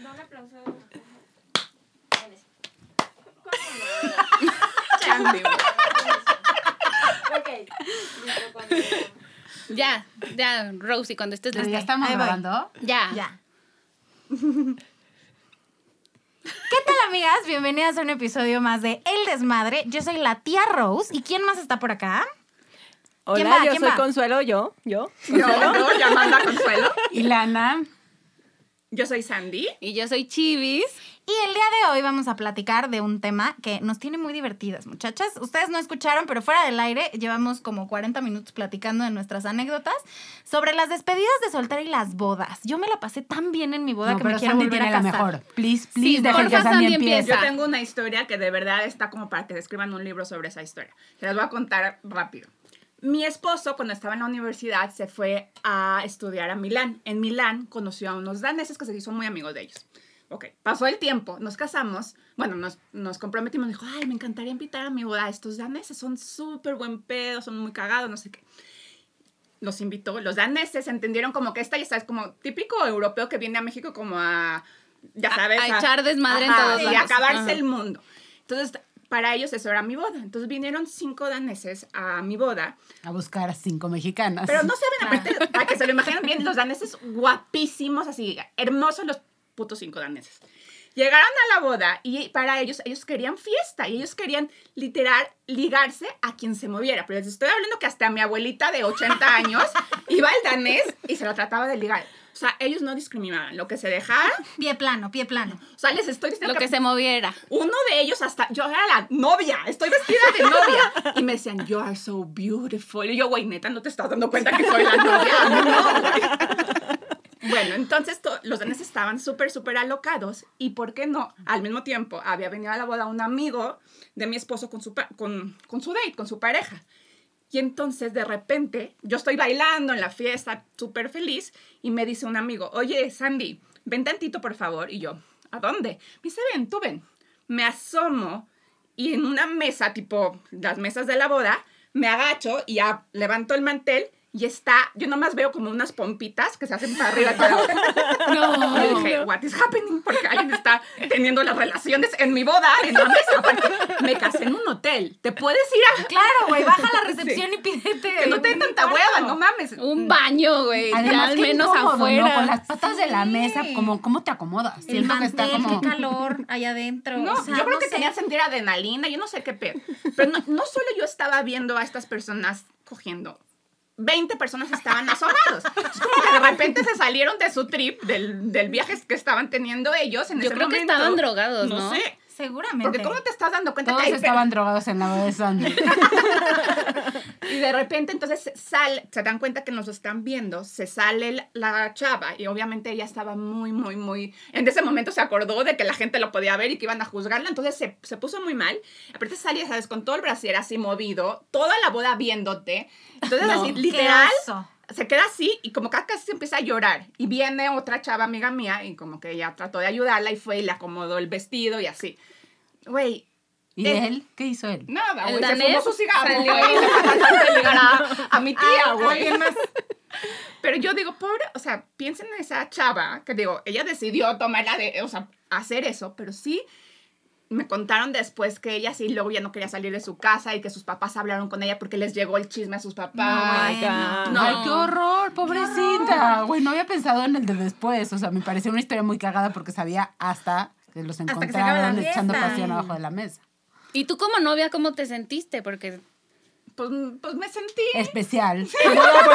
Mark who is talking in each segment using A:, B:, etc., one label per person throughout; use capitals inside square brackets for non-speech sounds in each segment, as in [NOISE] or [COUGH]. A: un aplauso. Ok. Listo, cuando-
B: Ya, ya, Rosie, cuando estés
C: ¿Ya
B: lista.
C: estamos
D: Ahí voy. Ah.
C: grabando?
B: Ya.
D: Ya. ¿Qué tal, amigas? Bienvenidas a un episodio más de El Desmadre. Yo soy la tía Rose. ¿Y quién más está por acá? ¿Quién
E: Hola,
D: va?
E: yo
D: ¿Quién
E: soy
D: va?
E: Consuelo, yo, yo.
F: Yo, yo, yo Amanda Consuelo.
C: Ilana.
F: Yo soy Sandy.
B: Y yo soy Chivis.
D: Y el día de hoy vamos a platicar de un tema que nos tiene muy divertidas, muchachas. Ustedes no escucharon, pero fuera del aire llevamos como 40 minutos platicando de nuestras anécdotas sobre las despedidas de soltera y las bodas. Yo me la pasé tan bien en mi boda
C: No,
D: que me
C: pero
D: quiero
C: Sandy
D: volver
C: tiene
D: a
C: la
D: casar.
C: mejor. Please,
B: Sí,
C: please, dejen
B: porfa,
C: que Sandy
B: Sandy
C: empiece.
B: empieza.
F: Yo tengo una historia que de verdad está como para que escriban un libro sobre esa historia. Se las voy a contar rápido. Mi esposo, cuando estaba en la universidad, se fue a estudiar a Milán. En Milán conoció a unos daneses que se hizo muy amigos de ellos. Ok, pasó el tiempo, nos casamos, bueno, nos, nos comprometimos, dijo, ay, me encantaría invitar a mi boda a estos daneses, son súper buen pedo, son muy cagados, no sé qué. Los invitó, los daneses entendieron como que esta, ya sabes, como típico europeo que viene a México como a, ya
B: A-
F: sabes.
B: a echar desmadre en todos
F: y
B: lados.
F: acabarse
B: Ajá.
F: el mundo. Entonces, para ellos eso era mi boda. Entonces vinieron cinco daneses a mi boda,
C: A buscar a cinco mexicanas.
F: pero no saben,
B: Ah.
F: aparte, para que se lo imaginen bien, los daneses guapísimos, así, hermosos los putos cinco daneses. Llegaron a la boda y para ellos, ellos querían fiesta y ellos querían literal ligarse a quien se moviera. Pero les estoy hablando que hasta mi abuelita de
B: [LAUGHS]
F: 80 años iba al danés y se lo trataba de ligar. O sea, ellos no discriminaban lo que se dejara.
D: Pie plano, pie plano.
F: O sea, les estoy diciendo
B: Lo que se moviera.
F: uno de ellos hasta, yo era la novia, estoy vestida de novia. Y me decían, you are so beautiful. Y yo, güey, neta, ¿no te estás dando cuenta que soy la novia? [LAUGHS] No, güey. bueno, entonces to- los daneses estaban súper, súper alocados. ¿Y por qué no? Al mismo tiempo, había venido a la boda un amigo de mi esposo con su, pa- con, con su date, con su pareja. Y entonces, de repente, yo estoy bailando en la fiesta, súper feliz, y me dice un amigo, oye, Sandy, ven tantito, por favor. Y yo, ¿a dónde? Me dice, ven, tú ven. Me asomo y en una mesa, tipo las mesas de la boda, me agacho y ya levanto el mantel y está, yo nomás veo como unas pompitas que se hacen para arriba y para
D: [LAUGHS]
F: abajo.
B: No.
F: Y dije, what is happening? Porque alguien está teniendo las relaciones en mi boda, en la mesa. Aparte, me casé en un hotel. ¿Te puedes ir a...?
D: Claro, güey, baja
F: [LAUGHS]
D: la recepción y pídete.
F: Que no te dé tanta hueva, no mames.
B: Un baño, güey. Ya
C: Además,
B: al
C: qué
B: menos
C: incómodo,
B: afuera.
C: ¿no? Con las patas de la mesa, como, ¿cómo te acomodas?
D: El
C: Siento que
D: mantel,
C: está como...
D: qué calor allá adentro.
F: No,
D: O sea,
F: yo creo
D: no
F: que
D: sé.
F: tenía que sentir adrenalina, yo no sé qué pedo. Pero no, no solo yo estaba viendo a estas personas cogiendo. 20 personas estaban asomados. Es como que de repente se salieron de su trip, del, del viaje que estaban teniendo ellos en
B: Yo
F: ese
B: creo que
F: momento.
B: estaban drogados, ¿no?
F: sé.
D: Seguramente.
F: Porque ¿cómo te estás dando cuenta
C: Todos
F: que hay pe-
C: estaban drogados en la boda de
F: [LAUGHS]
C: Sandy.
F: Y de repente entonces sal, se dan cuenta que nos están viendo, se sale la- la chava y obviamente ella estaba muy, muy, muy... En ese momento se acordó de que la gente lo podía ver y que iban a juzgarla, entonces se, se puso muy mal. Aparte salía, sabes, con todo el brasier así movido, toda la boda viéndote. Entonces así,
D: Qué
F: literal,
D: oso.
F: se queda así y como que casi se empieza a llorar. Y viene otra chava amiga mía y como que ella trató de ayudarla y fue y le acomodó el vestido y así. Güey,
C: ¿Y
F: Eh.
C: él? ¿Qué hizo él?
F: Nada,
B: El
F: güey. Se fumó
B: danés
F: su cigarro.
B: salió
F: [LAUGHS] güey,
B: ahí. Ah,
F: le trató de ligar a, a mi tía,
D: Ay,
F: güey. Pero yo digo, pobre, o sea, piensen en esa chava, que digo, ella decidió tomarla de, o sea, hacer eso, pero sí me contaron después que ella sí luego ya no quería salir de su casa y que sus papás hablaron con ella porque les llegó el chisme a sus papás.
D: Ay, no.
F: No.
C: Ay, qué horror, pobrecita. Güey, no había pensado en el de después. O sea, me pareció una historia muy cagada porque sabía hasta que los
D: que se acaba
C: encontraron
D: la
C: echando
D: fiesta.
C: pasión abajo de la mesa.
B: ¿Y tú como novia cómo te sentiste? Porque
F: Pues, pues me sentí
C: Especial. La boda fue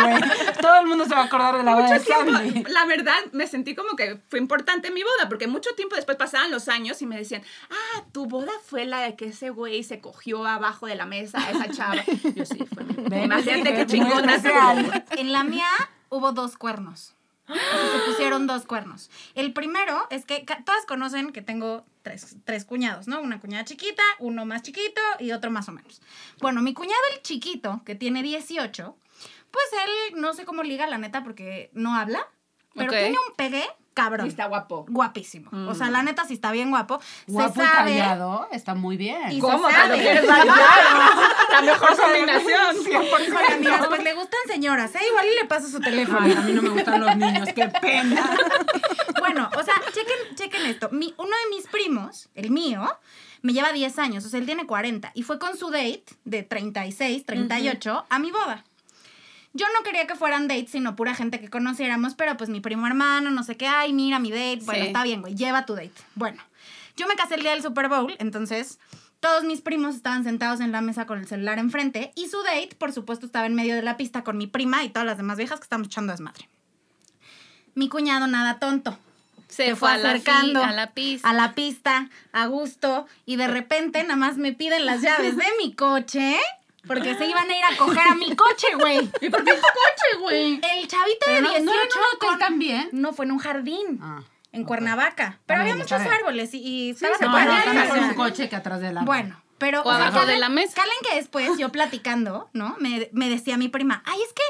D: [LAUGHS]
C: güey. Todo el mundo se va a acordar de la boda de
F: mucho tiempo,
C: Sandy.
F: la verdad, me sentí como que fue importante mi boda, porque mucho tiempo después pasaban los años y me decían, ah, tu boda fue la de que ese güey se cogió abajo de la mesa a esa chava. Yo sí, fue mi boda.
C: Ven,
F: Imagínate qué
C: muy
F: chingona.
C: especial.
D: En la mía hubo dos cuernos. O sea,
F: [GASPS]
D: se pusieron dos cuernos. El primero es que ca- todas conocen que tengo tres, tres cuñados, ¿no? Una cuñada chiquita, uno más chiquito y otro más o menos. Bueno, mi cuñado el chiquito, que tiene 18, pues él no sé cómo liga, la neta, porque no habla, pero
B: Ok.
D: tiene un pegue
F: Y
D: cabrón.
F: está guapo.
D: guapísimo. O sea, la neta sí está bien guapo.
C: Mm. Guapo
D: se
C: y
D: sabe,
C: callado, está muy bien.
D: Y-
F: ¿Cómo?
D: se
F: Cuando
D: sabe.
F: quieres [LAUGHS] bailar. La mejor combinación.
D: Híjole, amigas, pues le gustan señoras, ¿eh? Igual y le paso su teléfono.
C: Ay, a mí no me gustan los niños, qué pena.
D: Bueno, o sea, chequen esto. Mi, uno de mis primos, el mío, me lleva 10 años, o sea, él tiene 40, y fue con su date de 36, 38 a mi boda. Yo no quería que fueran dates, sino pura gente que conociéramos, pero pues mi primo hermano, no sé qué, ay, mira mi date, bueno,
B: Sí.
D: está bien, güey, lleva tu date. Bueno, yo me casé el día del Super Bowl, entonces todos mis primos estaban sentados en la mesa con el celular enfrente y su date, por supuesto, estaba en medio de la pista con mi prima y todas las demás viejas que estamos echando desmadre. Mi cuñado nada tonto,
B: Se
D: se
B: fue
D: fue acercando Ah,
B: a la, fi- a la pista.
D: a la pista, a gusto, y de repente nada más me piden las llaves de mi coche, porque se iban a ir a coger a mi coche, güey.
F: ¿Y por qué tu coche, güey?
D: El chavito de
C: Pero no,
D: 18
C: no era en un hotel
D: con-
C: también.
D: no, fue en un jardín,
C: Ah.
D: en Cuernavaca. Pero
C: Ah,
D: había
C: ya
D: muchos
C: sabe.
D: árboles y, y
C: Sí,
D: estaba
C: se puede
F: puede
D: separado.
F: hacer
C: no,
F: hacer
C: con un
F: eso.
C: coche que atrás del árbol.
D: Bueno, pero.
B: O abajo de la mesa.
D: Calen que después
B: [LAUGHS]
D: yo platicando, ¿no? Me, me decía mi prima, ay, es que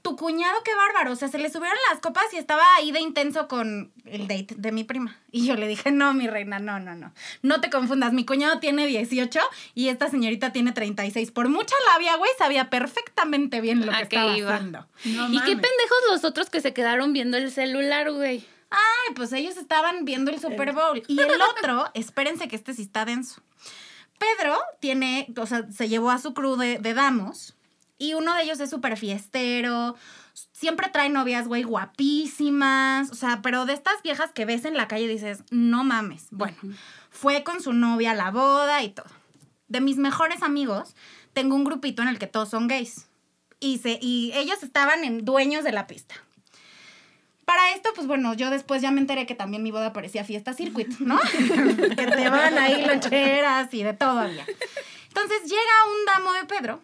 D: tu cuñado, qué bárbaro. O sea, se le subieron las copas y estaba ahí de intenso con el date de mi prima. Y yo le dije, no, mi reina, no, no, no. No te confundas. Mi cuñado tiene 18 y esta señorita tiene 36. Por mucha labia, güey, sabía perfectamente bien lo
B: ¿A
D: que
B: qué
D: estaba
B: iba?
D: haciendo.
F: No
B: ¿Y qué
F: mames.
B: pendejos los otros que se quedaron viendo el celular, güey?
D: Ay, pues ellos estaban viendo el Super Bowl. Y el otro, [LAUGHS] espérense que este sí está denso. Pedro tiene, o sea, se llevó a su crew de, de damos y uno de ellos es súper fiestero. Siempre trae novias, güey, guapísimas. O sea, pero de estas viejas que ves en la calle y dices, no mames. Bueno, fue con su novia a la boda y todo. De mis mejores amigos, tengo un grupito en el que todos son gays. Y, se, y ellos estaban en dueños de la pista. Para esto, pues bueno, yo después ya me enteré que también mi boda parecía fiesta circuit, ¿no? que te van ahí loncheras y de todo había. Entonces llega un damo de Pedro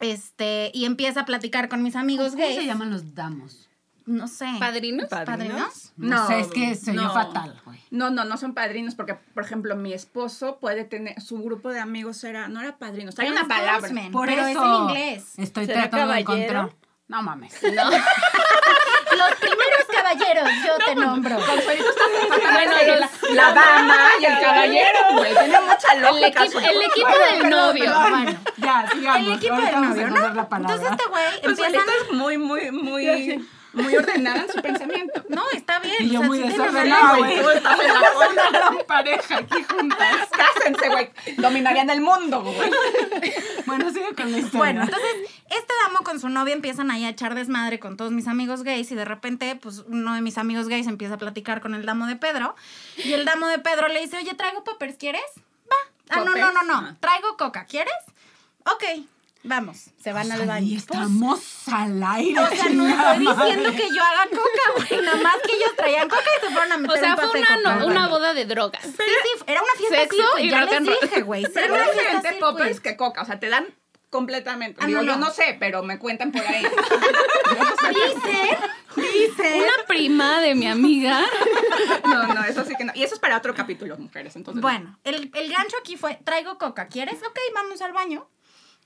D: este, y empieza a platicar con mis amigos
C: ¿Cómo se
D: gays.
C: llaman los damos?
D: No sé.
B: ¿Padrinos? [LAUGHS]
D: ¿Padrinos?
C: No,
F: No,
C: sé, es que soy
F: no.
C: fatal, güey.
F: No, no, no son padrinos, porque, por ejemplo, mi esposo puede tener, su grupo de amigos era, no era padrinos, hay una palabra.
D: Grossman,
C: Por
D: pero
C: eso
D: es en inglés.
C: Estoy
E: ¿Será
C: tratando de
E: caballero?
C: encontrar.
D: [LAUGHS]
C: No mames.
D: Los primeros caballeros, yo te nombro.
F: Bueno, la, la dama y el caballero, güey, tiene mucha
B: El
F: lógica.
B: equipo,
F: su-
B: el equipo
F: Bueno,
B: del
F: perdón,
B: novio.
F: perdón.
D: Bueno,
C: Ya, sigamos.
D: el equipo
C: Ahorita
D: del
C: vamos a
D: novio,
C: encontrar
D: ¿no?
C: la palabra.
D: Entonces
C: [LAUGHS]
D: este güey
F: Pues
D: empiezan...
F: Juanita es muy, muy, muy, muy ordenada en
D: [LAUGHS]
F: su pensamiento.
D: No, está bien.
C: Y
D: o
C: yo
D: sea,
C: muy
D: sí tiene
C: desordenada,
D: razón.
C: güey.
F: Tú estás en la
C: Somos una gran pareja aquí juntas.
F: Cásense, güey. Dominarían el mundo, güey.
C: [LAUGHS] Bueno, sigue con la historia.
D: Bueno, entonces, este damo con su novia empiezan ahí a echar desmadre con todos mis amigos gays y de repente, pues, uno de mis amigos gays empieza a platicar con el damo de Pedro y el damo de Pedro le dice, oye, traigo poppers, ¿quieres? Va. Ah, no, no, no, no,
F: ¿Poppers?
D: traigo coca, ¿quieres? Ok, vamos, se van al
C: Ahí
D: baño.
C: estamos al aire.
D: O sea, no
C: [LAUGHS]
D: estoy diciendo que yo haga coca, güey, nada más que ellos traían coca y se fueron a meter
B: O sea,
D: un
B: fue
D: pase de
B: una,
D: coca al
B: no- una
D: baño.
B: boda de drogas.
D: Sí, sí, era una fiesta
B: Sexo
D: circuit,
B: y
D: ya
B: rock and
D: les
B: roll.
D: dije, güey, sí,
B: [LAUGHS]
F: Pero
D: era
F: hay
D: una fiesta
F: diferentes
D: circuit.
F: poppers que coca, o sea, te dan completamente.
D: pues. Ah,
F: Digo,
D: no,
F: yo
D: no.
F: no sé, pero me cuentan por
D: [LAUGHS]
F: ahí.
D: Dicen, dicen.
B: Una prima de mi amiga.
F: No, no, eso sí que no. Y eso es para otro capítulo, mujeres. Entonces,
D: Bueno, el, el gancho aquí fue, traigo coca, ¿quieres? Ok, vamos al baño.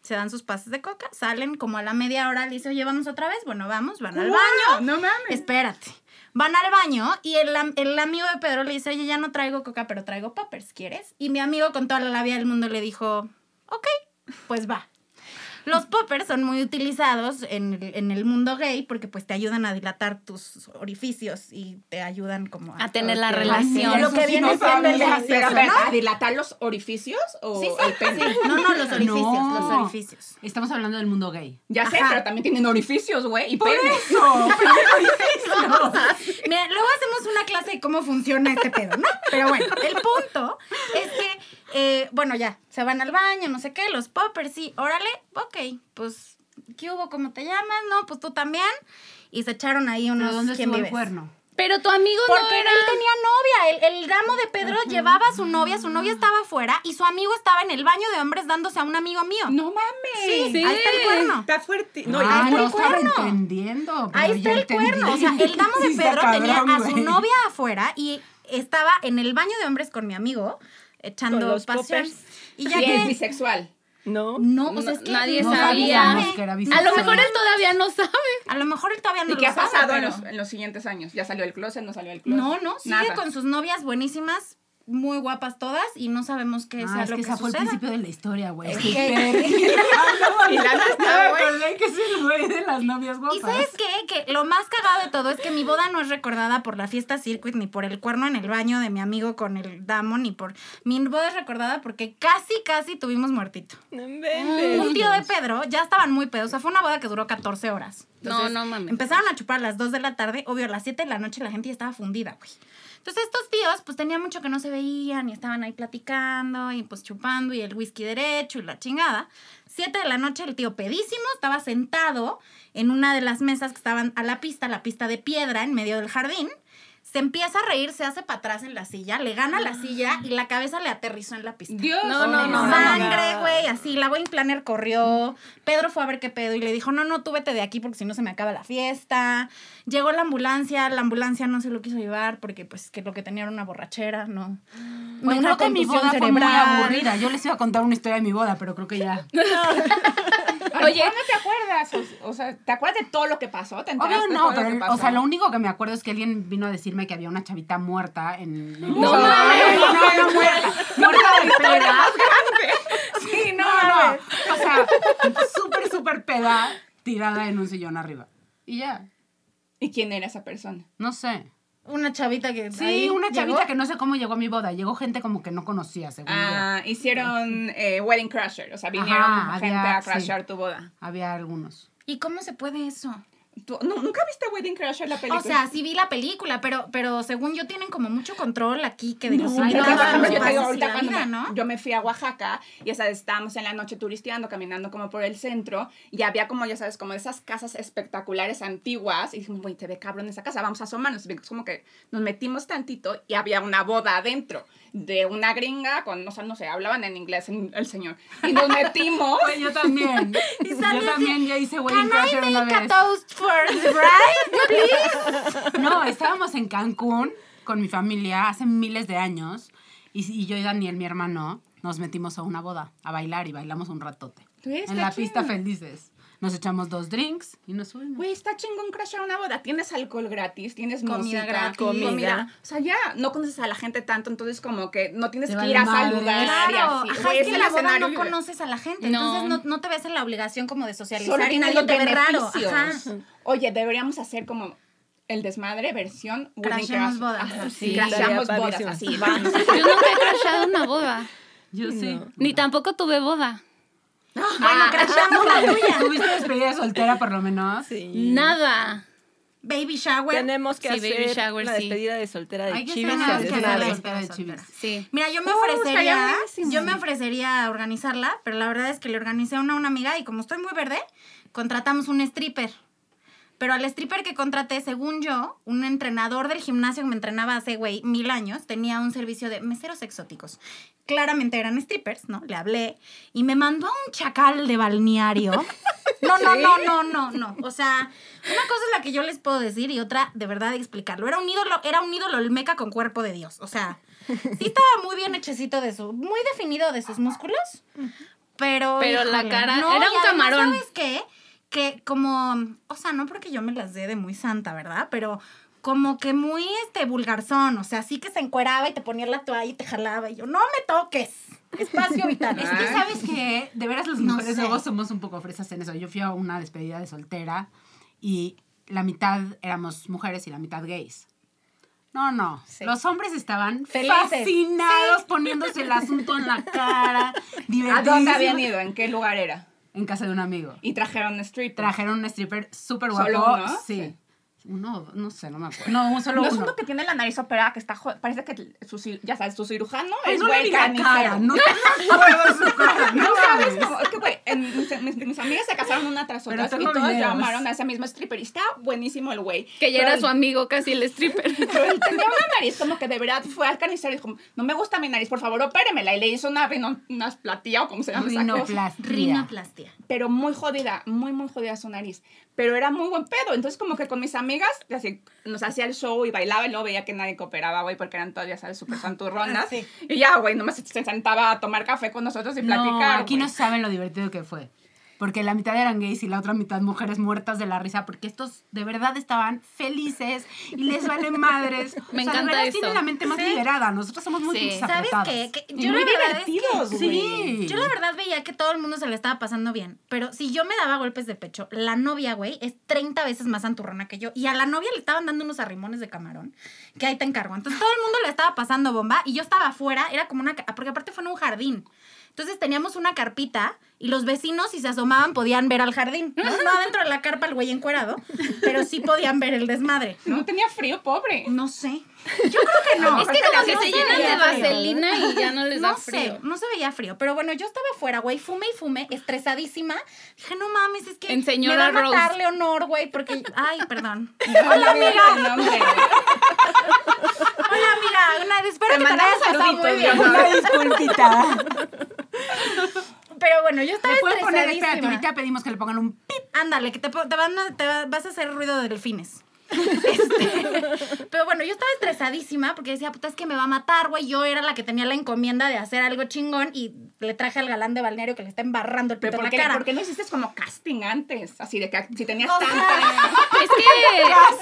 D: Se dan sus pases de coca, salen como a la media hora, le dice, oye, vamos otra vez. Bueno, vamos, van al baño.
F: ¡Guau! No mames.
D: Espérate. Van al baño y el, am- el amigo de Pedro le dice, oye, ya no traigo coca, pero traigo poppers, ¿quieres? Y mi amigo con toda la labia del mundo le dijo, ok, pues va. Los poppers son muy utilizados en el, en el mundo gay porque pues te ayudan a dilatar tus orificios y te ayudan como
B: A tener la
D: Ok.
B: relación.
D: Lo que
C: Eso sí
D: viene
C: no
D: siendo el
C: sabía,
D: delicioso,
F: Pero, a ver,
D: ¿no?
F: ¿a dilatar los orificios o
D: Sí,
F: el pene?
D: Sí, no, no, los orificios,
C: No.
D: los orificios.
C: Estamos hablando del mundo gay.
F: Ya sé,
D: Ajá.
F: pero también tienen orificios, güey, y
C: Por
F: pene.
C: eso.
F: [LAUGHS]
D: [LAUGHS] Mira, luego hacemos una clase de cómo funciona este pedo, ¿no? Pero bueno, el punto es que, eh, bueno, ya, se van al baño, no sé qué, los poppers, sí, órale, ok, pues, ¿qué hubo? ¿Cómo te llamas? No, pues tú también. Y se echaron ahí unos...
C: ¿Pero dónde
D: ¿quién
C: estuvo el
D: vives?
C: cuerno?
B: Pero tu amigo no
D: Porque
B: era.
D: él tenía novia, el, el damo de Pedro llevaba a su novia, su novia estaba afuera y su amigo estaba en el baño de hombres dándose a un amigo mío.
F: No mames.
D: sí,
B: sí.
D: ahí está el cuerno.
F: Está fuerte. No, y
C: ah,
F: es muy
C: no
F: fuerte.
C: estaba entendiendo. pero
D: Ahí está
C: ya
D: el
C: entendí.
D: cuerno. O sea,
C: [LAUGHS]
D: el damo de
C: Sí, está
D: Pedro tenía
C: cabrón,
D: a su
C: güey.
D: novia afuera y estaba en el baño de hombres con mi amigo
E: Con
D: echando
E: los
D: pasión.
E: poppers.
D: Y ya
F: Y es
D: que.
F: bisexual.
E: No.
D: No, pues es que.
B: nadie
D: no
C: No
B: sabía.
C: sabíamos que era
B: A
C: bisexual.
B: lo mejor él todavía no sabe.
D: A lo mejor él todavía no
F: ¿Y qué
D: lo
F: ha
D: sabe,
F: pasado en
D: pero-
F: los, en los siguientes años? ¿Ya salió el closet? ¿No salió el closet?
D: No, no, sigue
F: Nada.
D: con sus novias buenísimas. muy guapas todas y no sabemos qué sea
C: Ah, es
D: lo
C: que
D: que,
C: esa fue el
D: suceda.
C: principio de la historia, güey.
D: Es
C: Sí, [LAUGHS]
D: que-
F: Y Lana [LAUGHS] estaba, güey.
C: que es el güey de las novias guapas.
D: ¿Y sabes qué? Que lo más cagado de todo es que mi boda no es recordada por la fiesta circuit, ni por el cuerno en el baño de mi amigo con el damo, ni por... Mi boda es recordada porque casi, casi tuvimos muertito.
E: No
D: Un
E: inventes.
D: tío de Pedro, ya estaban muy pedos, o sea, fue una boda que duró 14 horas.
B: No, no mames.
D: Empezaron a chupar a las 2 de la tarde, obvio, a las 7 de la noche la gente ya estaba fundida, güey. Entonces estos tíos, pues tenían mucho que no se veían y estaban ahí platicando y pues chupando y el whisky derecho y la chingada. 7 de la noche el tío pedísimo estaba sentado en una de las mesas que estaban a la pista, la pista de piedra en medio del jardín. Se empieza a reír, se hace para atrás en la silla, le gana la silla y la cabeza le aterrizó en la pista.
F: Dios.
B: No, no, no, no.
D: Sangre, güey, así. La wedding planner corrió. Pedro fue a ver qué pedo y le dijo, no, no, tú vete de aquí porque si no se me acaba la fiesta. Llegó la ambulancia, la ambulancia no se lo quiso llevar porque pues que lo que tenía era una borrachera, no.
C: Güey,
D: Una
C: creo que mi
D: contusión
C: boda fue muy
D: cerebral.
C: aburrida. Yo les iba a contar una historia de mi boda, pero creo que [LAUGHS] ya.
B: Oye,
F: ¿Cuándo te acuerdas? O, o sea, ¿te acuerdas de todo lo que pasó? ¿Te enteraste
C: Obvio
F: de
C: no,
F: todo lo
C: pero
F: que
C: el-
F: pasó?
C: o sea, lo único que me acuerdo es que alguien vino a decirme que había una chavita muerta en No,
B: No mames.
C: no, no, [LAUGHS] no, muerta, muerta de peda. [LAUGHS] Sí, no, no. O sea, súper súper peda tirada en un sillón arriba. Y ya,
F: ¿Y quién era esa persona?
C: no sé.
D: Una chavita que...
C: Sí,
D: ahí
C: una
D: llegó.
C: chavita que no sé cómo llegó a mi boda. Llegó gente como que no conocía, según yo.
F: Ah, hicieron eh, Wedding Crusher, o sea, vinieron
C: Ajá,
F: gente
C: había-
F: a crashear tu boda.
C: Había algunos.
D: ¿Y cómo se puede eso?
F: ¿Tú, nu- ¿Nunca viste Wedding Crusher la película?
D: O sea, sí vi la película, pero, pero según yo tienen como mucho control aquí que de
F: No,
D: los
F: pero
D: invitados,
F: por ejemplo,
D: los
F: yo te digo
D: pases y
F: ahorita
D: la
F: cuando
D: vida,
F: me-
D: ¿no?
F: yo me fui a Oaxaca, ya sabes, estábamos en la noche turisteando, caminando como por el centro, y había como, ya sabes, como esas casas espectaculares antiguas, y dijimos, güey, te ve cabrón esa casa, vamos a asomarnos, y como que nos metimos tantito, y había una boda adentro, de una gringa, con, o sea, no sé, hablaban en inglés en- el señor, y nos metimos,
C: Güey, yo [LAUGHS] también.
D: Y salió
C: yo también ya hice
D: Can
C: wedding
D: I
C: crasher una
D: make a
C: vez.
D: toast for the
C: [LAUGHS]
D: bride?
C: No, estábamos en Cancún con mi familia hace miles de años y, y yo y Daniel, mi hermano, nos metimos a una boda a bailar y bailamos un ratote.
F: Güey, está
C: en la
F: chido.
C: pista felices. Nos echamos dos drinks y nos subimos.
F: güey, está chingón crashear una boda, tienes alcohol gratis, tienes
D: Comida
F: música,
D: gratis.
F: comida, o sea, ya, no conoces a la gente tanto, entonces como que no tienes
C: Te
F: que
C: vale
F: ir a
C: madre.
F: saludar, y
D: Claro,
F: así,
D: ajá,
F: güey,
D: es que
F: el
D: en la boda no
F: escenario vive.
D: conoces a la gente,
B: No.
D: entonces no, no te ves en la obligación como de socializar
F: solo
D: y
F: tiene
D: nadie
F: los
D: te ve raro.
F: beneficios.
D: Ajá.
F: Oye, deberíamos hacer como el desmadre versión wedding
D: Crashemos
F: crash.
D: bodas.
B: Sí,
F: Ajá, sí, crashamos
E: estaría
F: bodas
E: padrísimo. [LAUGHS]
F: así, vamos.
B: yo nunca he crashado una boda.
C: Yo sí. [LAUGHS]
B: Ni tampoco tuve boda.
D: Bueno, crashamos la tuya.
C: ¿Tuviste despedida de soltera por lo menos?
E: Sí.
B: Nada.
D: Baby shower.
E: Tenemos que
B: Sí, baby
E: hacer
B: shower,
E: la
B: sí.
E: despedida de soltera de
C: Hay que
E: Chivis.
C: hacer
E: y
C: una
E: de
D: que hacer
E: Snape.
C: despedida de
D: la
C: soltera de chivis.
B: Sí.
D: Mira, yo me
F: Uh,
D: ofrecería,
F: estaría buenísimo.
D: yo me ofrecería a organizarla, pero la verdad es que le organicé a una, una amiga y como estoy muy verde, contratamos un stripper. Pero al stripper que contraté, según yo, un entrenador del gimnasio que me entrenaba hace, güey, mil años, tenía un servicio de meseros exóticos. Claramente eran strippers, ¿no? Le hablé y me mandó a un chacal de balneario. No,
B: [LAUGHS]
D: no, no, no, no, no. O sea, una cosa es la que yo les puedo decir y otra, de verdad, explicarlo. Era un ídolo, era un ídolo olmeca con cuerpo de Dios. O sea, sí estaba muy bien hechecito de su, muy definido de sus músculos, pero...
B: Pero la cara-
D: no,
B: era
D: y
B: un
D: además,
B: camarón.
D: ¿Sabes qué? Que como, mm, o sea, no porque yo me las dé de muy santa, ¿verdad? Pero como que muy, este, vulgarzón, o sea, así que se encueraba y te ponía la toalla y te jalaba y yo, no me toques, espacio vital.
C: Es que sabes que Eh, de veras las
D: No
C: mujeres
D: sé.
C: luego somos un poco fresas en eso. Yo fui a una despedida de soltera y la mitad éramos mujeres y la mitad gays. No, no.
D: Sí.
C: Los hombres estaban
D: Felices.
C: fascinados poniéndose el asunto en la cara.
F: ¿A dónde
C: divertidísimos.
F: habían ido? ¿En qué lugar era?
C: En casa de un amigo.
F: Y trajeron stripper.
C: Trajeron un stripper súper guapo.
F: ¿Solo uno?
C: Sí. Uno, no sé, no me acuerdo. No, un solo
F: No es
C: uno.
F: uno que tiene la nariz operada, que está jo- parece que su, ci- ya sabes, su cirujano
C: Ay,
F: es
C: no le
F: güey
C: vi la cara.
F: carnicero.
C: No tengo acuerdo de su cara. No,
F: [LAUGHS] No sabes
C: mames.
F: cómo, es que güey, en- mis, mis- mis amigas se casaron una tras
C: Pero
F: otra y
C: tengo
F: todas
C: videos.
F: llamaron a ese mismo stripper y está buenísimo el güey.
B: Que ya
F: Pero
B: era
F: el-
B: su amigo casi el stripper.
F: Pero él tenía una nariz como que de verdad fue al carnicero y dijo, no me gusta mi nariz, por favor, opéremela. Y le hizo una rinoplastia o como se llama esa cosa.
C: Rinoplastia.
D: Rinoplastia.
F: Pero muy jodida, muy, muy jodida su nariz. Pero era muy buen pedo. Entonces como que con mis amigas así, nos hacía el show y bailaba y luego veía que nadie cooperaba, güey, porque eran todavía, ¿sabes? Súper santurronas.
D: Sí.
F: Y ya, güey, nomás se sentaba a tomar café con nosotros y
C: Ah, No,
F: platicar.
C: aquí
F: güey.
C: no saben lo divertido que fue. porque la mitad eran gays y la otra mitad mujeres muertas de la risa, porque estos de verdad estaban felices y les vale madres.
B: Me
C: o sea, de
B: encanta
C: verdad
B: eso.
C: tienen la mente más
D: Sí.
C: liberada. Nosotros somos muy
B: Sí.
C: pinches
D: ¿Sabes
C: apretadas.
D: qué? Que
F: Y
D: yo
F: muy
D: la verdad es que-
F: divertidos, güey.
C: Sí.
D: Yo la verdad veía que todo el mundo se le estaba pasando bien, pero si yo me daba golpes de pecho, la novia, güey, es 30 veces más santurrona que yo. Y a la novia le estaban dando unos arrimones de camarón, que ahí te encargo. Entonces todo el mundo le estaba pasando bomba y yo estaba afuera, era como una... ca- Porque aparte fue en un jardín. Entonces teníamos una carpita y los vecinos, si se asomaban, podían ver al jardín. No, no adentro de la carpa el güey encuerado, pero sí podían ver el desmadre.
F: No tenía frío, pobre.
D: No sé.
B: es que como que
D: no
B: se
D: se
B: llenan
D: veía
B: de
D: frío,
B: vaselina y ya no les pues da
D: No sé,
B: frío.
D: no se veía frío, pero bueno, yo estaba afuera, güey, fume y fume, estresadísima. Dije, no mames, es que
B: En
D: me
B: señora
D: va a matar
B: Rose.
D: Leonor, güey, porque ay, perdón.
F: Hola, amiga.
D: Hola, mira, una espero
F: Te
D: que te la
F: mandamos
D: hayas pasado
F: saluditos,
D: muy bien.
F: Leonor.
C: Una disculpita.
D: [LAUGHS] Pero bueno, yo estaba
C: Le pueden poner, espérate,
D: estresadísima.
C: ahorita pedimos que le pongan un pip.
D: Ándale, que te, po- te van a- te va- vas a hacer ruido de delfines. [LAUGHS] Este, pero bueno, yo estaba estresadísima porque decía, puta, es que me va a matar, güey. Yo era la que tenía la encomienda de hacer algo chingón y le traje al galán de balneario que le está embarrando el pito
F: Pero
D: en
F: ¿por
D: la
F: qué,
D: cara.
F: ¿por qué no hiciste como casting antes? Así de que si tenías
D: O sea,
F: tanta.
B: Es que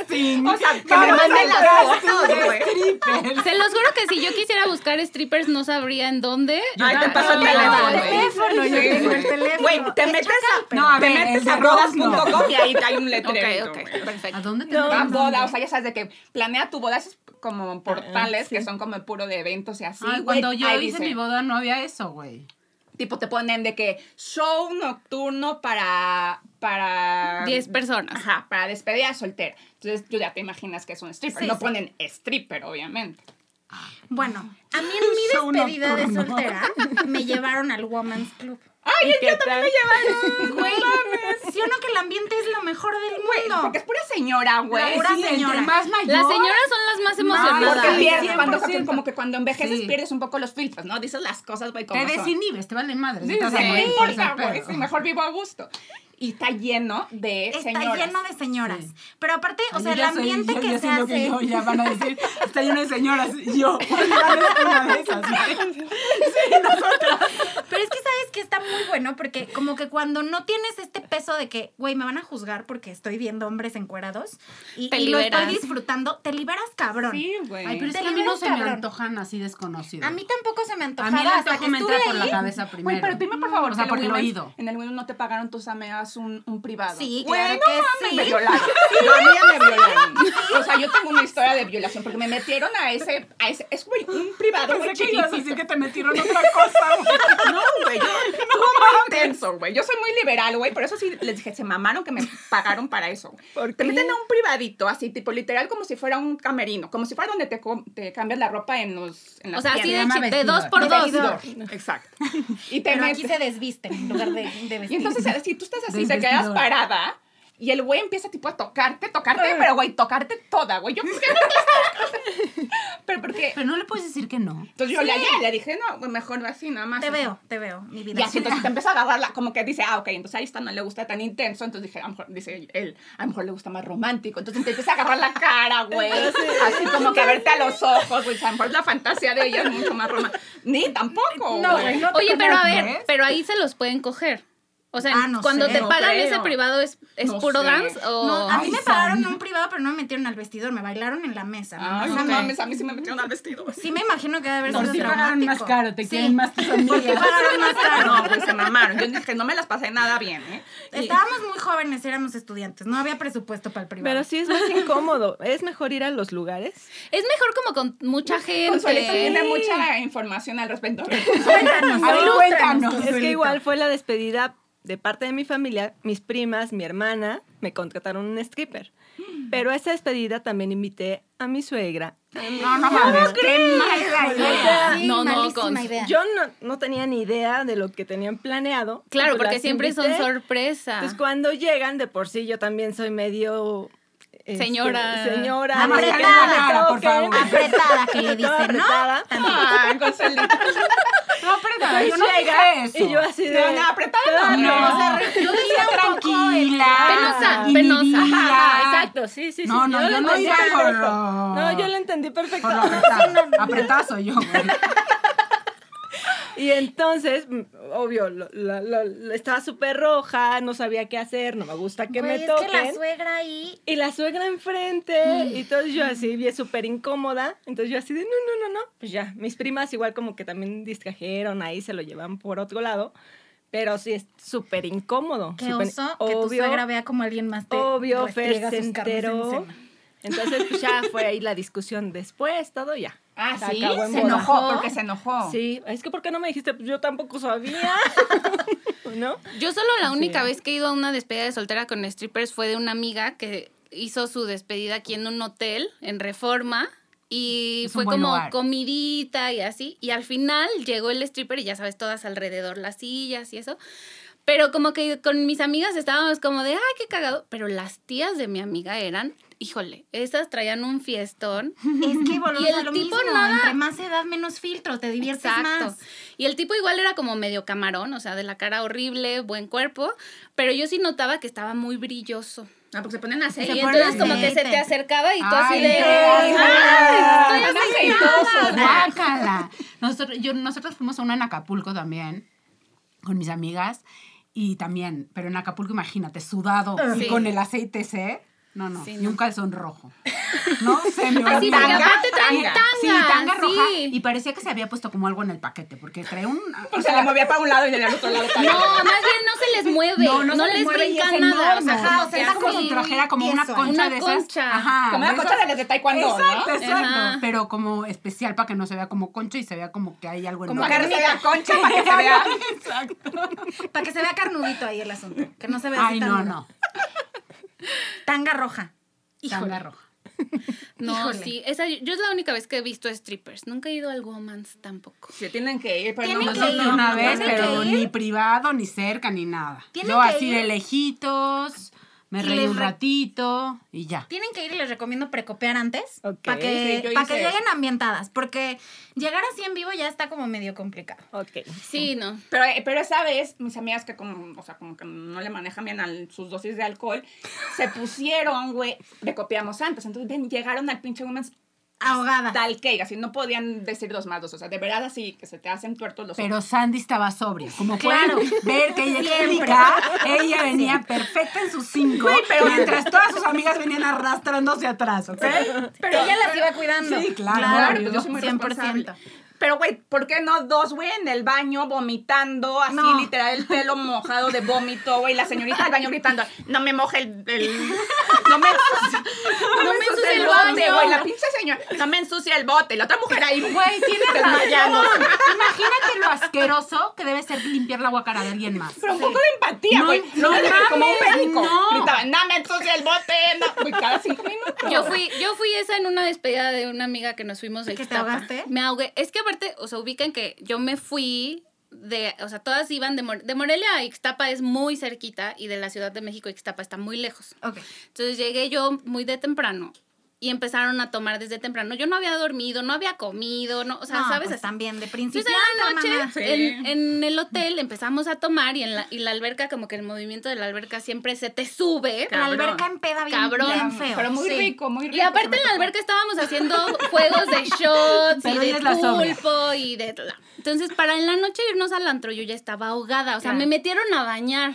C: Casting.
F: O sea, que me
C: Vamos
F: manden
C: al
F: las
C: casting
F: fotos,
C: de
F: güey.
C: strippers.
B: se los juro que si yo quisiera buscar strippers no sabría en dónde.
F: Ahí te
B: Ah,
F: paso el
B: no,
F: teléfono,
B: güey.
F: güey.
D: teléfono, yo
F: Sí,
D: tengo el
F: güey.
D: teléfono.
F: Güey, te
D: Es
F: metes
D: chacal,
F: a,
D: pero-
C: No, a
F: te
C: ver,
F: metes
C: el de
F: a
C: Rodas no.
F: rodas.com y ahí hay un letrero.
B: Ok, ok, perfecto.
C: ¿A dónde te
A: No.
F: Ah,
C: mandan?
F: boda, o sea, ya sabes de que planea tu boda, esos como portales que son como puro de eventos y así.
C: Ay,
F: güey.
C: cuando yo
F: Ahí
C: hice
F: dice,
C: mi boda no había eso, güey.
F: Tipo, te ponen de que show nocturno para. para
B: 10 personas.
F: Ajá, para despedida soltera. Entonces, tú ya te imaginas que es un stripper.
D: Sí,
F: no
D: sí.
F: ponen stripper, obviamente.
D: Bueno, a mí
F: [LAUGHS]
D: en
C: Show
D: mi despedida de
C: nocturno.
D: soltera me llevaron al Woman's Club.
F: ¡Ay, es que también me llevaron!
D: Güey, ¿sí o no que el ambiente es lo mejor del
F: Güey,
D: mundo?
F: porque es pura señora, güey.
D: Pura
C: Sí, entre
D: señora.
C: Más mayor.
B: Las señoras son las más
C: Más, Sí,
F: Porque
B: emocionadas.
F: pierdes, cuando,
C: 100%.
F: como que cuando envejeces
C: Sí.
F: pierdes un poco los filtros, ¿no? Dices las cosas, güey, como
C: Te
F: son.
C: desinhibes, te vale madre.
F: Sí,
C: te vas a
F: sí, no
C: morir por
F: importa,
C: ese
F: güey,
C: pedo.
F: sí, mejor vivo a gusto. Y está lleno de
D: Está
F: señoras.
D: lleno de señoras.
C: Sí.
D: Pero aparte, o
C: Yo
D: sea, el
C: ya soy-
D: ambiente
C: yo
D: que
C: ya
D: se
C: siento
D: hace.
C: yo ya van a decir, está lleno de señoras. y Yo, [LAUGHS] una de esas.
D: Pero es que sabes que está muy bueno porque como que cuando no tienes este peso de que, güey, me van a juzgar porque estoy viendo hombres encuerados y,
B: Te
D: y lo estoy
B: liberas.
D: disfrutando, te liberas cabrón.
F: Sí, güey.
C: Ay, pero es
D: Te
C: que a mí no
D: liberas,
C: se me
D: cabrón.
C: antojan así desconocidos.
D: A mí tampoco se me
C: A
D: antojaba
C: mí el
D: hasta
C: antojo
D: que
C: me
D: estuve
C: entra por la
D: ahí.
C: cabeza primero.
F: Güey, pero dime por favor,
C: O sea,
F: que
C: por el
F: Women's-
C: oído.
F: En el Women no te pagaron tus amigas un, un privado.
D: Sí,
F: Güey,
D: claro
F: no
D: que
F: mames,
D: sí.
F: Me violaron. Yo a mí ya me violaron. O sea, yo tengo una historia de violación porque me metieron a ese, a ese es güey, un privado muy
C: Pensé que
F: chiquito.
C: ibas a decir que te metieron otra cosa. güey.
F: No, güey, yo estuvo muy intenso, güey. Yo soy muy liberal, güey, pero eso sí les dije, se mamaron que me pagaron para eso. Te meten a un privadito, así, tipo, literal, como si fuera un camerino, como si fuera donde te, com- te cambias la ropa en los. En
B: O
F: las
B: sea, así de,
F: tiendas.
C: llama
B: chi- de
C: vestidor.
B: dos por
D: De
B: dos.
D: vestidor.
F: Exacto. Y te
D: Pero aquí
F: meten-
D: se desvisten en lugar de, de vestir.
F: [LAUGHS] Y entonces, eh, si tú estás así,
C: Del
F: te quedas
C: vestidor.
F: parada. Y el güey empieza tipo a tocarte,
D: Ah.
F: tocarte, pero güey, tocarte toda, güey. Yo, ¿por qué no te
D: [LAUGHS]
F: estás- Pero porque.
C: Pero no le puedes decir que no.
F: Entonces yo le hallé, le dije, no, güey, mejor así, nada más.
D: te veo, te veo, mi vida.
F: Y así, entonces te empieza a agarrar, la- como que dice, ah, ok, entonces ahí está, no le gusta tan intenso. Entonces dije, a lo mejor, dice él, a lo mejor le gusta más romántico. Entonces te empieza a agarrar
D: [LAUGHS]
F: la cara, güey. Así como que a verte a los ojos, güey. A lo mejor la fantasía de ella es mucho más romántica. Ni tampoco.
D: No,
F: güey.
D: güey, no te
B: Oye, pero a
C: conozco,
B: ver,
C: ¿ves?
B: pero ahí se los pueden coger. O sea,
D: Ah, no
B: cuando
D: sé.
B: te
F: No
B: pagan
F: creo.
B: ese privado es, es
F: No
B: puro
F: sé.
B: dance o
D: No, a mí
C: Ay,
D: me
C: Sam.
D: pagaron en un privado, pero no me metieron al vestidor, me bailaron en la mesa. ¿no? O
F: Ay, no
D: sea, me-
F: mames, a mí sí me metieron al vestido.
D: Sí me imagino que debe haber
C: Por
D: sido
C: si pagaron
D: traumático.
C: más caro, te
D: Sí.
C: quieren más tus
D: ¿Por qué
C: amigas.
D: pagaron más caro?
F: No, pues se mamaron. Yo dije, no me las pasé nada bien, ¿eh? Y-
D: Estábamos muy jóvenes, éramos estudiantes, no había presupuesto para el privado.
E: Pero sí es más incómodo. Es mejor ir a los lugares.
B: es mejor como con
D: [LAUGHS]
B: mucha
D: Pues,
F: Consuelito pues, tiene
B: gente.
F: mucha información al respecto.
D: Cuéntanos,
C: A ver,
D: ilústranos.
C: cuéntanos.
E: Es que igual fue la despedida de parte de mi familia, mis primas, mi hermana, me contrataron un stripper. Pero a esa despedida también invité a mi suegra.
C: No, no mames. Qué mala idea.
D: Sí,
B: No, no,
D: malísima
B: cons-
D: idea.
E: Yo no, no tenía ni idea de lo que tenían planeado.
B: Claro,
E: Pues
B: porque
E: las
B: siempre son ah.
E: invité.
B: sorpresas.
E: Entonces cuando llegan, de por sí yo también soy medio... este,
B: Señora.
E: Señora.
D: Nada más
E: de
D: que
E: que
D: nada,
E: me
C: cara, por
E: toquen.
C: favor.
D: [LAUGHS] apretada que
E: Toda
D: le dicen, ¿no?
E: apretada.
F: Ay, Consuelito.
C: No, pero yo no
E: Llega,
C: dije eso.
E: Y yo así de...
F: No, no, apretada no.
E: No,
F: güey.
C: yo decía tranquila.
B: Penosa, penosa.
E: Ajá,
C: inhibida.
E: exacto, sí, sí, sí.
C: No, no,
E: lo
C: yo no
E: entendí
C: iba por
E: perfecto.
C: lo... [LAUGHS]
E: No, yo lo entendí perfecto.
C: Por lo apretado. Apretazo yo, güey.
E: Y entonces, mm, obvio, lo- la- la- la- estaba súper roja, no sabía qué hacer, no me gusta que
D: Güey,
E: me
D: es
E: toquen.
D: que la suegra ahí.
E: y la suegra enfrente, y entonces yo así, bien súper incómoda, entonces yo así de, no, no, no, no, pues ya, mis primas igual como que también distrajeron, ahí se lo llevan por otro lado, pero sí es súper incómodo.
D: Qué
E: súper-
D: oso que tu suegra vea como alguien más te
E: Obvio, Fer
D: restriega
E: se
D: sus carnes
E: enteró. [LAUGHS]
D: encima.
E: Entonces, pues ya fue ahí la discusión después, todo ya.
F: Ah,
E: Se
F: sí,
E: acabó en
F: se
E: boda.
F: enojó porque se enojó.
E: Sí, es que ¿por qué no me dijiste? Pues yo tampoco sabía. ¿No?
B: Yo solo la única vez que he ido a una despedida de soltera con strippers fue de una amiga que hizo su despedida aquí en un hotel, en Reforma. Y
C: Es un
B: fue
C: buen
B: como
C: lugar.
B: comidita y así. Y al final llegó el stripper y ya sabes, todas alrededor, las sillas y eso. Pero como que con mis amigas estábamos como de, ay, qué cagado. Pero las tías de mi amiga eran, híjole, esas traían un
C: [LAUGHS]
B: fiestón.
D: Es que volvemos
B: Y el
D: a lo
B: tipo
D: mismo.
B: nada-
D: Entre más edad, menos filtro, te diviertes más.
B: Y el tipo igual era como medio camarón, o sea, de la cara horrible, buen cuerpo, pero yo sí notaba que estaba muy brilloso.
F: Ah, porque se ponen
B: Y
F: aceite.
D: ponen
B: entonces como que se
D: aceite.
B: te acercaba y tú así
C: Ay,
B: de...
C: qué
B: "Ay,
C: asco".
B: estoy así".
C: aceitoso, guácala. Nosotros, yo, nosotros fuimos a una en Acapulco también, con mis amigas, y también, pero en Acapulco, imagínate, sudado,
B: Sí.
C: y con el aceite C, no, no,
B: Sí,
C: y
B: no.
C: un calzón rojo. No, se
B: Así,
C: me
B: porque
C: olvida.
B: aparte traen
F: Tanga.
B: tanga,
C: Sí, tanga roja,
B: sí.
C: y parecía que se había puesto como algo en el paquete, porque trae un... ah,
F: Porque se la movía para un lado y del otro lado para
B: No, más
F: otro.
B: bien no se les mueve, no,
F: No, no se les
B: les
F: mueve y
B: brinca
F: es
B: nada. O sea,
F: enorme.
B: como
C: Ajá, o sea,
B: que
C: era como
B: así.
C: si trajera como una
D: tieso.
C: concha
B: Una
C: de
B: concha.
C: esas. Ajá,
F: Como
C: de
F: una
C: esas-
F: cocha de las de taekwondo,
C: Exacto,
F: ¿no?
C: exacto.
B: Ajá.
C: Pero como especial para que no se vea como concha y se vea como que hay algo en
F: Como
C: medio.
F: carne de la concha para que se vea.
D: Para que se vea carnudito ahí el asunto. Que no se vea así
C: Ay,
D: tan
C: no,
D: duro.
C: no.
D: Tanga roja.
C: Tanga
D: Híjole.
C: roja.
B: No,
D: Híjole.
B: sí, esa, yo es la única vez que he visto strippers. Nunca he ido al Womans tampoco.
F: Se tienen que ir, pero
D: Tienen
F: no,
D: que
F: no,
D: ir.
F: no,
C: una
F: no,
C: vez,
F: no,
D: tienen
C: pero
D: que ir.
C: ni privado, ni cerca, ni nada.
D: Tienen
C: Yo
D: que
C: así de
D: ir.
C: lejitos, me
D: Y
C: reí
D: les
C: un
D: re-
C: ratito y ya.
D: Tienen que ir y les recomiendo precopear antes.
E: Ok,
D: para
F: sí,
D: que,
F: yo
D: pa'
F: hice
D: que
F: eso.
D: lleguen ambientadas. Porque llegar así en vivo ya está como medio complicado.
E: Ok.
B: Sí, no.
F: Pero, eh, pero esa vez, mis amigas que como, o sea, como que no le manejan bien al- sus dosis de alcohol, se pusieron, güey, le copiamos antes. Entonces, ven, llegaron al pinche Women's
D: Ahogada.
F: tal que, así no podían decir dos más dos. O sea, de verdad así que se te hacen tuertos los
C: Pero Sandy estaba sobria. Como
D: Claro.
C: pueden ver que ella
D: Siempre.
C: explica, ella venía perfecta en sus cinco,
F: pero-
C: mientras todas sus amigas venían arrastrándose atrás, ¿ok?
D: Pero ella las iba cuidando.
C: Sí, claro,
F: Claro, pues yo soy muy
D: 100%.
F: responsable. Pero, güey, ¿por qué no dos, güey, en el baño vomitando, así
D: No.
F: literal el pelo mojado de vómito, güey, la señorita del baño gritando, no me moje el... el- no me, no me ensucia el bote, güey, la pinche señora, no me ensucia el bote. La otra mujer ahí, güey, tiene [LAUGHS] desmayando.
C: Imagínate lo asqueroso que debe ser limpiar la guacara de alguien más.
F: Pero un poco de empatía,
C: No,
F: güey. No,
C: no
F: me dejes como un
C: mames,
F: perico.
C: no.
F: Gritaba, no me ensucia el bote, no. Güey, cada cinco minutos.
B: Yo fui, yo fui esa en una despedida de una amiga que nos fuimos de
D: ¿Que te
B: Ixtapa.
D: ahogaste?
B: Me ahogué. Es que aparte, o sea, ubican que yo me fui de, o sea, todas iban de, Mor- de Morelia a Ixtapa es muy cerquita y de la Ciudad de México Ixtapa está muy lejos.
D: Ok.
B: Entonces llegué yo muy de temprano y empezaron a tomar desde temprano. Yo no había dormido, no había comido, no, o sea,
D: no,
B: ¿sabes?
D: pues
B: Así.
D: también de
B: Entonces
D: principio.
B: en la noche
F: Sí.
B: en, en el hotel empezamos a tomar y en la, y la alberca como que el movimiento de la alberca siempre se te sube.
D: La
F: Cabrón.
D: alberca empeda bien,
B: Cabrón.
D: bien feo.
F: Pero muy
D: Sí.
F: rico, muy rico.
B: Y aparte en la alberca estábamos haciendo juegos de shots
C: Pero
B: y
C: ella
B: de
C: es la sobria.
B: pulpo y de... Entonces, para en la noche irnos al antro, yo ya estaba ahogada. O sea,
F: Claro.
B: me metieron a bañar.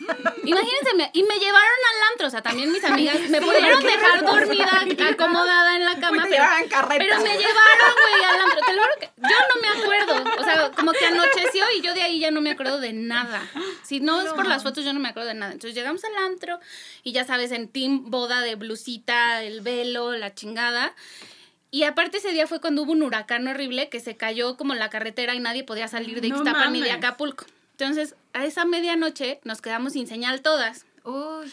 B: Imagínense, me- y me llevaron al antro. O sea, también mis amigas me pudieron dejar dormida, acomodada en la cama.
F: Pues Te
B: Pero,
F: llevaban carreta.
B: pero me llevaron, güey, al antro. Te lo juro que yo no me acuerdo. O sea, como que anocheció y yo de ahí ya no me acuerdo de nada. Si no, es por las fotos, yo no me acuerdo de nada. Entonces llegamos al antro y ya sabes, en team boda de blusita, el velo, la chingada. Y aparte ese día fue cuando hubo un huracán horrible que se cayó como la carretera y nadie podía salir de
F: No
B: Ixtapa ni de
F: mames.
B: Acapulco. Entonces, a esa medianoche nos quedamos sin señal todas.
D: Uy.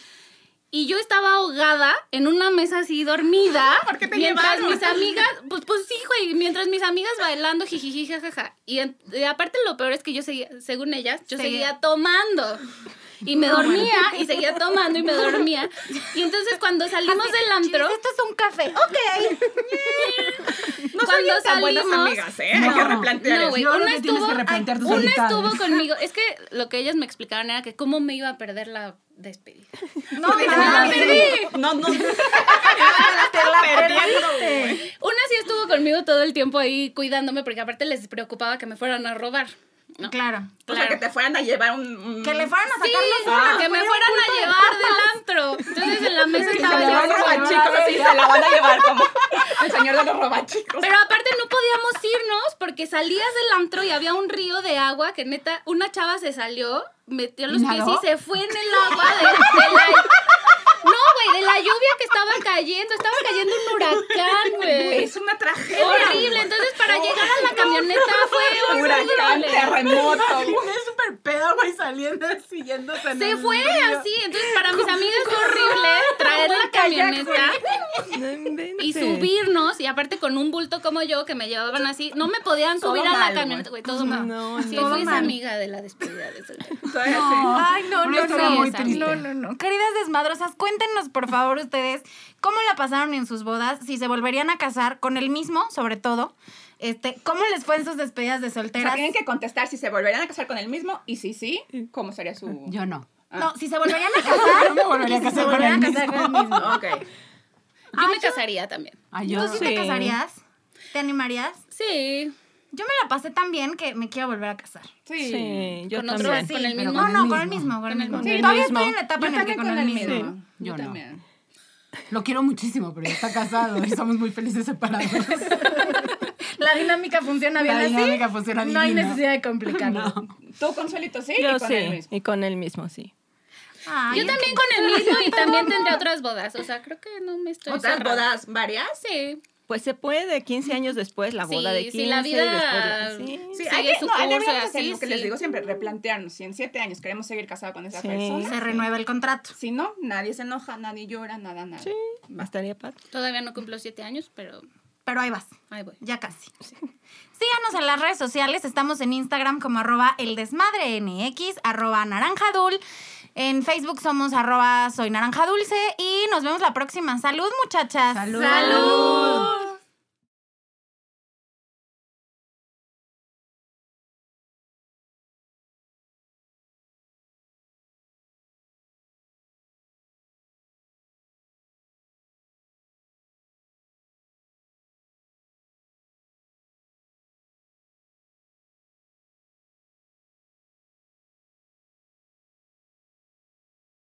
B: Y yo estaba ahogada en una mesa así dormida.
F: [LAUGHS] ¿Por qué te
B: mientras
F: llevaron?
B: mis amigas, pues, pues sí, güey, mientras mis amigas bailando, jijiji, jajaja. Y, en- y aparte lo peor es que yo seguía, según ellas, yo
D: Seguía.
B: seguía tomando. Y me dormía y seguía tomando y me dormía. Y entonces cuando
D: Pues
B: salimos del antro,
D: Chis, Esto es un café. Ok.
F: No soy
B: cuando
F: tan buenas
B: salimos-
F: amigas, ¿eh? Hay que
C: No.
F: replantear
B: no,
F: eso.
B: güey,
C: Yo creo
B: una
C: que tienes que
B: estuvo,
C: replantear tus
B: una
C: amistades.
B: estuvo conmigo. Es que lo que ellas me explicaron era que cómo me iba a perder la despedida.
D: No, mames.
F: No, no.
D: Te la
F: Perdiendo,
D: perdiste.
B: Una sí estuvo conmigo todo el tiempo ahí cuidándome porque aparte les preocupaba que me fueran a robar. No.
D: Claro.
F: O sea, que te fueran a llevar un... un-
D: Que le fueran a sacar los ojos,
B: que me
D: güey.
B: fueran a llevar del antro. Entonces en la mesa
F: Se la
B: estaba yo.
F: van a robar chicos, así se la van a llevar como el señor de los roba chicos.
B: Pero aparte no podíamos irnos porque salías del antro y había un río de agua que neta, una chava se salió, metió los pies
C: ¿Nadó?
B: y se fue en el agua de, de la... No, güey, de la lluvia que estaba cayendo, estaba cayendo un huracán, güey.
F: Es una tragedia.
B: Eh, Horrible, entonces para llegar a la camioneta fue
F: Huracán,
B: horrible.
F: terremoto.
C: Es súper pedo, güey, saliendo, siguiéndose. en
B: Se
C: el
B: fue
C: río.
B: así, entonces para mis amigas fue horrible traer la camioneta
E: No inventes.
B: y subirnos, y aparte con un bulto como yo que me llevaban así, no me podían
F: Todo
B: subir a
F: mal,
B: la camioneta, güey, todo mal.
E: No,
B: Sí,
D: Todo
B: fui esa
D: mal.
B: amiga de la despedida de ese güey.
F: Todavía sí.
D: Ay, no,
C: Una
D: no,
C: historia
D: no.
B: muy
C: triste.
D: No, no, no. Queridas desmadrosas, cuéntenos por favor ustedes cómo la pasaron en sus bodas, si se volverían a casar con el mismo, sobre todo. Este, ¿cómo les fue en sus despedidas de
F: O sea,
D: solteras?
F: tienen que contestar si se volverían a casar con el mismo y si sí, ¿cómo sería
C: [LAUGHS]
F: su...?
C: Yo no.
D: No, si se volverían a casar.
C: Yo me volvería a
D: y si
C: casar
D: se
C: con
D: volverían
C: el
D: a casar
C: mismo.
D: con el mismo.
F: Ok.
B: Yo me casaría también.
C: Ay, yo
D: ¿Tú sí te
E: Sí.
D: casarías? ¿Te animarías?
B: Sí,
D: Yo me la pasé tan bien que me quiero volver a casar.
F: Sí.
E: Sí, yo
B: con otro,
E: también.
B: con el
C: pero
B: mismo.
D: No,
C: el
D: no, con el
C: mismo.
D: mismo, con el mismo.
E: mismo.
D: Todavía
E: Sí.
D: estoy en la etapa
F: Yo
D: en la que
F: también
D: con el mismo.
C: Yo no.
F: también.
C: Lo quiero muchísimo, pero ya está casado y somos muy
D: [LAUGHS]
C: felices separados.
D: La dinámica funciona bien
C: La
D: así.
C: dinámica funciona
D: No hay
C: divino.
D: necesidad de complicarlo.
F: Tú, Consuelito, sí, y
E: Yo
F: con
E: sí,
F: el mismo.
E: y con el mismo, sí.
D: Ay,
B: Yo también con el mismo y también tendré otras bodas. O sea, creo que no me estoy
F: ¿Otras
B: cerrada.
F: bodas varias?
B: Sí.
E: Pues se puede, 15 años después, la boda
B: Sí,
E: de 15.
B: si la
E: y después
B: vida-
E: la- sí.
F: Sí,
B: Sigue
F: hay que,
B: su
F: no, hay-
B: curso
F: debemos
B: y
F: hacer
B: así,
F: lo que les
B: sí.
F: digo siempre, replantearnos. Si en siete años queremos seguir casados con esa
E: Sí.
D: Se
F: persona,
D: renueva el contrato.
F: si no, nadie se enoja, nadie llora, nada, nada.
E: Sí, estaría padre.
B: Todavía no cumplo siete años, pero
D: Pero ahí vas.
B: ahí voy.
D: Ya casi. Síganos en las redes sociales. Estamos en Instagram como arroba el desmadre NX, arroba naranjadul. En Facebook somos arroba soy naranja dulce. Y nos vemos la próxima. Salud, muchachas.
C: Salud.
B: ¡Salud!